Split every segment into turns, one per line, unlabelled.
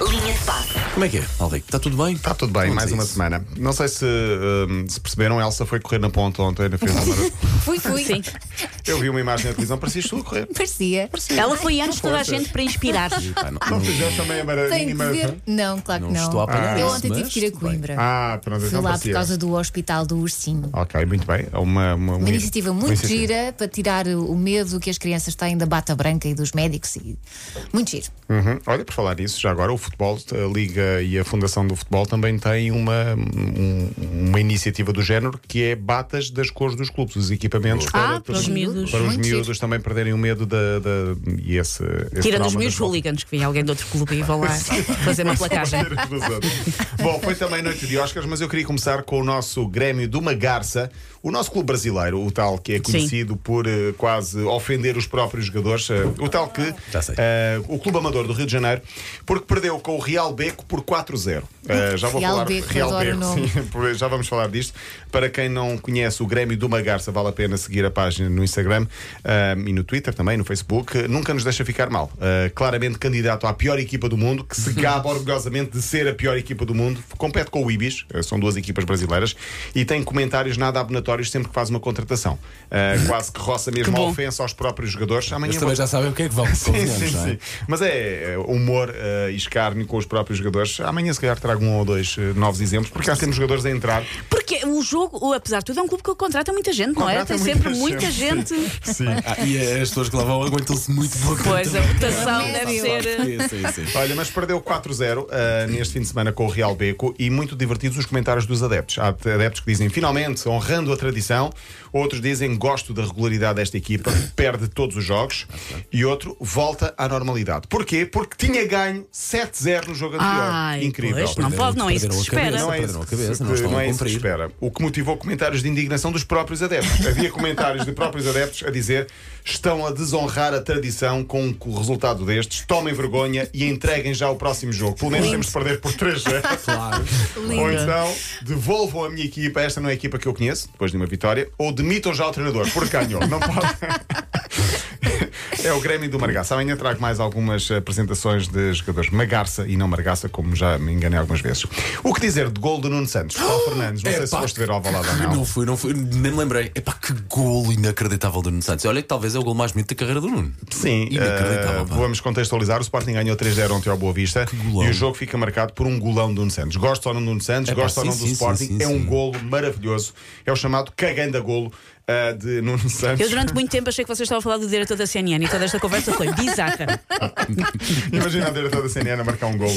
Linha de passe.
Como é que é, Alric? Está tudo bem?
Está Tá tudo bem,
Vamos
mais
a
uma
é isso.
semana. Não sei se, hum, se perceberam, Elsa foi correr na ponte ontem, na fez uma mara-
Ah,
Fui, fui. Sim.
Eu vi uma imagem na televisão, parecia estou a correr.
Parecia.
Ela foi antes de toda a
forças.
gente para inspirar.
E, pá, Ah, não,
Não
não-
fizeste também a mara-
Tenho
mini
que
maratona?
ver. Não, claro
não
que não.
estou a apanhar
Eu
isso,
ontem tive
mas
que ir a
tudo bem.
Coimbra.
Ah, pronto,
Fui
então
lá por
parecia.
causa do Hospital do Ursinho.
Ok, muito bem. É uma, uma,
Uma iniciativa muito
iniciativa.
gira para tirar o medo que as crianças têm da bata branca e dos médicos. E... Muito giro.
Uhum. Olha, por falar nisso, já agora o futebol, a Liga e a Fundação do Futebol também têm uma, um- uma iniciativa do género que é batas das cores dos clubes, os equipamentos para,
Ah, para os
para
miúdos.
os
Muito
miúdos também perderem o medo da, da- e esse, esse
Tira
trauma
dos
das
meus
bolas.
hooligans, que vem alguém de outro clube e vão lá fazer uma placagem.
Ver os outros. Bom, foi também noite de Oscars, mas eu queria começar com o nosso Grêmio do Magarça, o nosso clube brasileiro, o tal que é conhecido por eh, quase ofender os próprios jogadores, eh, o tal que
Já sei.
eh, o clube amador do Rio de Janeiro, porque perdeu com o Real Beco por 4-0. Eh, já vou
Real
falar
Beco, adoro o nome.
sim, por- já vamos falar disto. Para quem não conhece o Grêmio do Magarça, vale a pena seguir a página no Instagram ah, e no Twitter também, no Facebook. Nunca nos deixa ficar mal. Ah, claramente candidato à pior equipa do mundo, que se gaba orgulhosamente de ser a pior equipa do mundo. Compete com o Ibis, ah, são duas equipas brasileiras, e tem comentários nada abonatórios sempre que faz uma contratação. Ah, quase que roça mesmo a
bom.
ofensa aos próprios jogadores. Amanhã
Eles
vou-
também já sabem o que é que vão.
Sim,
convenhamos,
sim,
não é?
sim. Mas é é, humor eh, e escárnio com os próprios jogadores. Amanhã, se calhar, trago um ou dois eh, novos exemplos, porque há sempre jogadores a entrar.
Porque o jogo, ou, apesar de tudo, é um clube que contrata muita gente, não é?
Contrata
Tem sempre
muita
muita gente.
Sim.
Ah, e as pessoas que lá vão aguentam-se muito pouco. Então,
Pois, a
É
votação deve
Meu
ser. eh,
Sim, sim, sim.
Olha, mas perdeu 4-0 eh, neste fim de semana com o Real Beco e muito divertidos os comentários dos adeptos. Há te- adeptos que dizem finalmente honrando a tradição, outros dizem gosto da regularidade desta equipa, perde todos os jogos e outro volta à normalidade. Porquê? Porque tinha ganho 7-0 no jogo anterior.
Ai,
Incrível.
pois, não pode, não é isso que se espera.
Não é isso
que
que cabeça,
se-
não estão
não é
a
isso que se
cumprir.
espera. O que motivou comentários de indignação dos próprios adeptos. Havia comentários de próprios adeptos a dizer estão a desonrar a tradição com o resultado destes, tomem vergonha e entreguem já o próximo jogo. Pelo menos temos de perder por 3
Claro.
Ou então, devolvam a minha equipa, esta não é a equipa que eu conheço, depois de uma vitória, ou demitam já o treinador, porque ganhou. Não pode. É o Grêmio do Margaça. Amanhã trago mais algumas apresentações de jogadores. Magarça e não Margaça, como já me enganei algumas vezes. O que dizer de gol do Nuno Santos? Paulo Fernandes, não sei se
Epá,
foste ver ao Alvalade ou
que-
não.
Não fui, não fui, nem me lembrei. Epá, que golo inacreditável do Nuno Santos. Olha que talvez é o golo mais bonito da carreira do Nuno.
Sim,
Inacreditável,
eh,
pá.
vamos contextualizar. O Sporting ganhou 3-0 ontem ao Boa Vista
golão.
e o jogo fica marcado por um golão do Nuno Santos. Gosto ou não do Nuno Santos,
É pá,
gosto ou
sim,
não do
sim, sim,
Sporting,
sim,
é um
sim.
golo maravilhoso. É o chamado cagando a golo eh, de Nuno Santos.
Eu durante muito tempo achei que vocês estavam a falar do diretor da CNN e toda esta conversa foi bizarra.
Imagina a diretora da CNN a marcar um golo.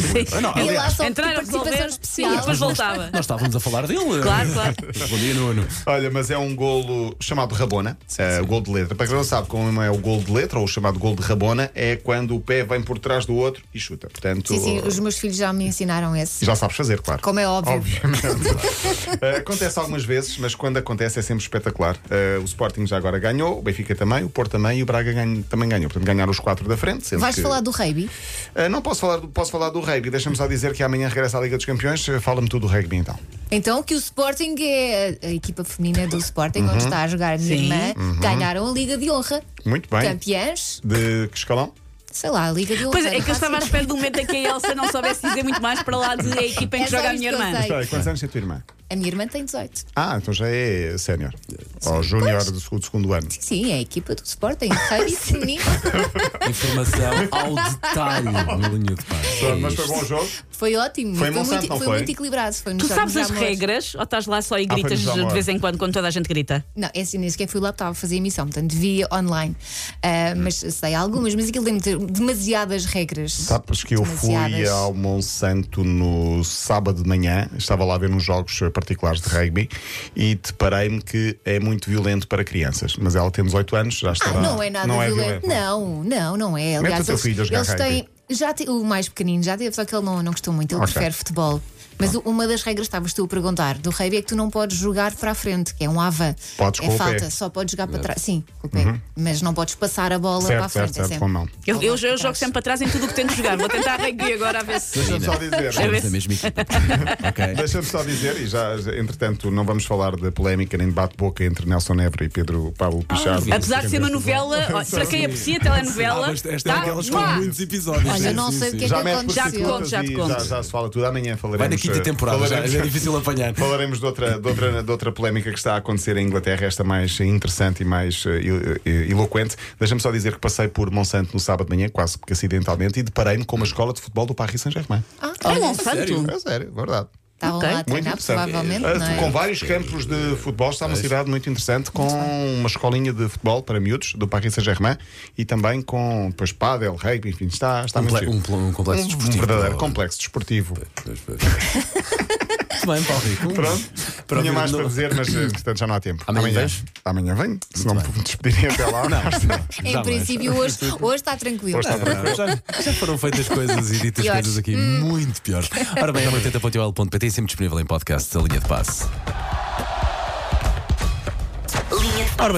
Ah,
E lá só
Entrar a
participação
resolver
especial.
e depois voltava.
Nós estávamos a falar dele.
Claro, claro.
Bom dia, Nuno.
Olha, mas é um golo chamado Rabona, eh, o gol de letra. Para quem não sabe como é o gol de letra, ou o chamado gol de Rabona, é quando o pé vem por trás do outro e chuta. Portanto,
Sim, sim, os meus filhos já me ensinaram esse.
já sabes fazer, claro.
Como é óbvio.
Eh, acontece algumas vezes, mas quando acontece é sempre espetacular. Eh, o Sporting já agora ganhou, o Benfica também, o Porto também e o Braga ganho- também ganhou. Portanto, ganharam os quatro da frente. sendo
Vais
que-
falar do Reiby?
Eh, não posso falar, do- posso falar do rugby. Deixa-me só dizer que amanhã regressa à Liga dos Campeões. Eh, Fala-me tudo do rugby então.
Então, que o Sporting é a- a equipa feminina do Sporting,
Uhum.
onde está a jogar a minha
Sim.
irmã, ganharam a Liga de Honra.
Muito bem.
Campeãs,
De que escalão?
sei lá, a Liga de Honra.
Pois é, é que eu estava à
Não faço
espera do momento em que a Elsa não soubesse dizer muito mais para lá de a equipa em que
É só
joga a
isto
minha
que eu
irmã.
sei.
Espera aí, Quantos anos tem a tua irmã?
ideia. A minha irmã tem 18.
Ah, então já é sénior. Ou júnior do segundo, segundo ano.
Sim, é a equipa do Sporting,
Ah,
rugby feminino.
Informação ao detalhe na linha de paz. É
Mas foi
isto.
bom jogo?
Foi ótimo,
Foi em
muito,
Monsanto, não
foi
foi?
muito equilibrado. Foi
Tu sabes as regras ou estás lá só e
foi
gritas
nos amor.
de vez em quando quando toda a gente grita?
Não, é assim, nem sequer fui lá, estava a fazer emissão, portanto via online. Ah, mas sei algumas, mas aquilo tem demasiadas regras.
Sabes que eu fui
Demasiadas.
ao Monsanto no sábado de manhã, estava lá a ver uns jogos eh, particulares de rugby e deparei-me que é muito violento para crianças. Mas ela tem 18 anos, já está
Ah,
lá.
não é nada violento. Não, não, não é.
Mete o
Aliás,
teu
eles,
filho a jogar
eles
rugby.
têm. Já te- o mais pequenino já teve, só que ele não, não gostou muito, ele
Ok.
prefere futebol. Mas o- uma das regras, estavas tu a perguntar, do rugby é que tu não podes jogar para a frente, que é um ava.
Podes
é
com o
falta,
pé. Uhum.
só podes jogar para trás. Sim, com o pé. Mas não podes passar a bola para a
Certo,
frente.
certo, certo,
é
com a
sempre.
mão.
Eu, eu- eu
Para
jogo
trás.
sempre para trás em tudo o que tento jogar. Vou tentar rugby agora a ver se.
Deixa-me só dizer.
Estamos na mesma equipa. ok.
Deixa-me só dizer, e já, já, entretanto, não vamos falar de polémica nem de bate-boca entre Nelson Évora e Pedro Pablo
Ah,
Pichardo.
Apesar de ser uma novela, ó, para quem aprecia a telenovela,
Ah, mas esta é
tá?
daquelas com
Uá!
muitos episódios.
Olha,
Sim,
não
sim,
sei o que
sim.
é que
Já mete por
Já te
aconteceu.
conto, já te
e
conto.
já, já se fala tudo. Amanhã falaremos.
Vai na quinta
eh,
temporada, já,
falaremos-
já é difícil apanhar.
Falaremos de outra, de, outra, de outra polémica que está a acontecer em Inglaterra, esta mais interessante e mais eh, elo- eh, eloquente. Deixa-me só dizer que passei por Monsanto no sábado de manhã, quase que acidentalmente, e deparei-me com uma escola de futebol do Paris Saint-Germain.
Ah,
Olha,
olha,
um santo.
É sério, verdade.
Estavam
Ok.
lá a
Muito
treinar,
interessante.
provavelmente.
Ah,
não é?
Com vários campos de futebol, está uma cidade muito interessante, com uma escolinha de futebol para miúdos do Paris Saint-Germain e também com depois pádel, rugby, enfim, está, está
Um,
muito
ple-
giro.
um pl- um complexo
Um
desportivo.
verdadeiro
Oh,
complexo desportivo.
Deus, Deus. Muito bem, Paulo Rico.
Pronto,
Para ouvir
tinha mais
no-
para dizer, mas eh, portanto já não há tempo.
Amanhã
amanhã,
vens?
Amanhã venho, se não me despedirem até lá.
Em
é.
Jamais.
princípio, hoje, hoje está tranquilo.
Hoje está
Não,
tranquilo.
Já, já foram feitas coisas e ditas
Piores. Hum.
um coisas aqui muito piores. Ora bem, é 80.ol.pt e sempre disponível em podcast, a linha de passe.